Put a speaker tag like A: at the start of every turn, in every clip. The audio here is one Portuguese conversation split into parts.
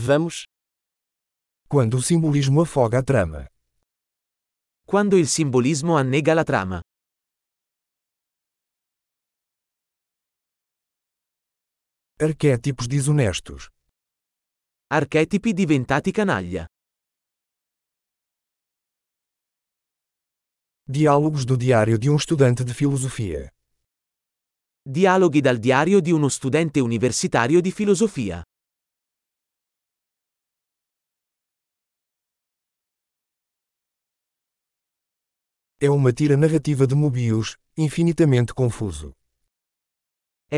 A: Vamos.
B: Quando o simbolismo afoga a trama.
A: Quando il simbolismo annega la trama.
B: Arquétipos desonestos.
A: Archetipi diventati canaglia.
B: Diálogos do diário de um estudante de filosofia.
A: Dialoghi dal diario di uno studente universitario di filosofia.
B: É uma tira narrativa de Mobius, infinitamente confuso.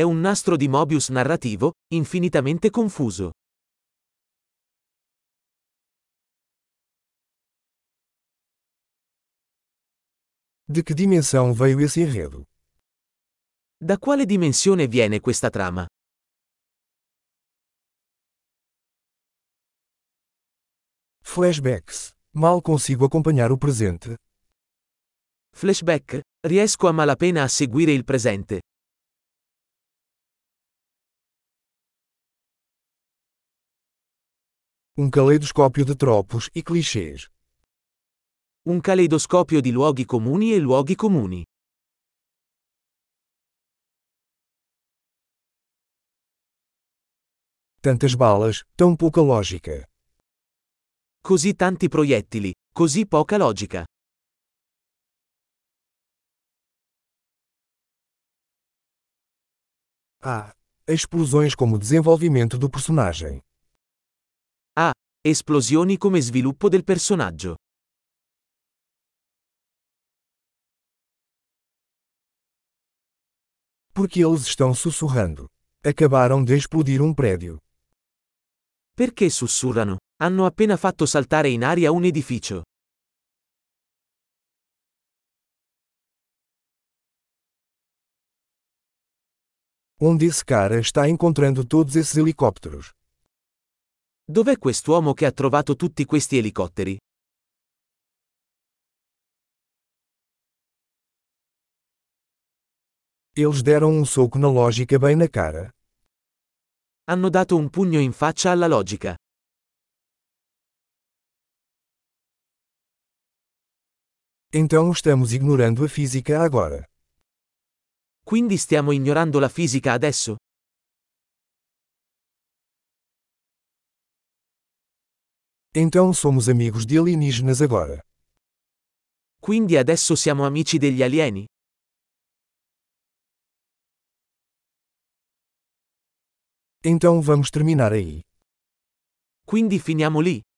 A: È un nastro di Mobius narrativo, infinitamente confuso.
B: De que dimensão veio esse enredo?
A: Da quale dimensione viene questa trama?
B: Flashbacks. Mal consigo acompanhar o presente.
A: Flashback? Riesco a malapena a seguire il presente.
B: Um caleidoscópio de tropos e clichês.
A: Un caleidoscopio di luoghi comuni e luoghi comuni.
B: Tantas balas, tão pouca lógica.
A: Così tanti proiettili, così poca logica.
B: Ah, explosões como desenvolvimento do personagem.
A: Ah, esplosioni come sviluppo del personaggio.
B: Porque eles estão sussurrando. Acabaram de explodir um prédio.
A: Perché sussurrano? Hanno appena fatto saltare in aria un edificio.
B: Onde esse cara está encontrando todos esses helicópteros?
A: Dov'è quest'uomo che ha trovato tutti questi elicotteri?
B: Eles deram um soco na lógica bem na cara.
A: Hanno dato un pugno in faccia alla logica.
B: Então estamos ignorando a física agora.
A: Quindi stiamo ignorando la fisica adesso?
B: Então somos amigos de alienígenas agora.
A: Quindi adesso siamo amici degli alieni?
B: Então vamos terminar aí.
A: Quindi finiamo lì?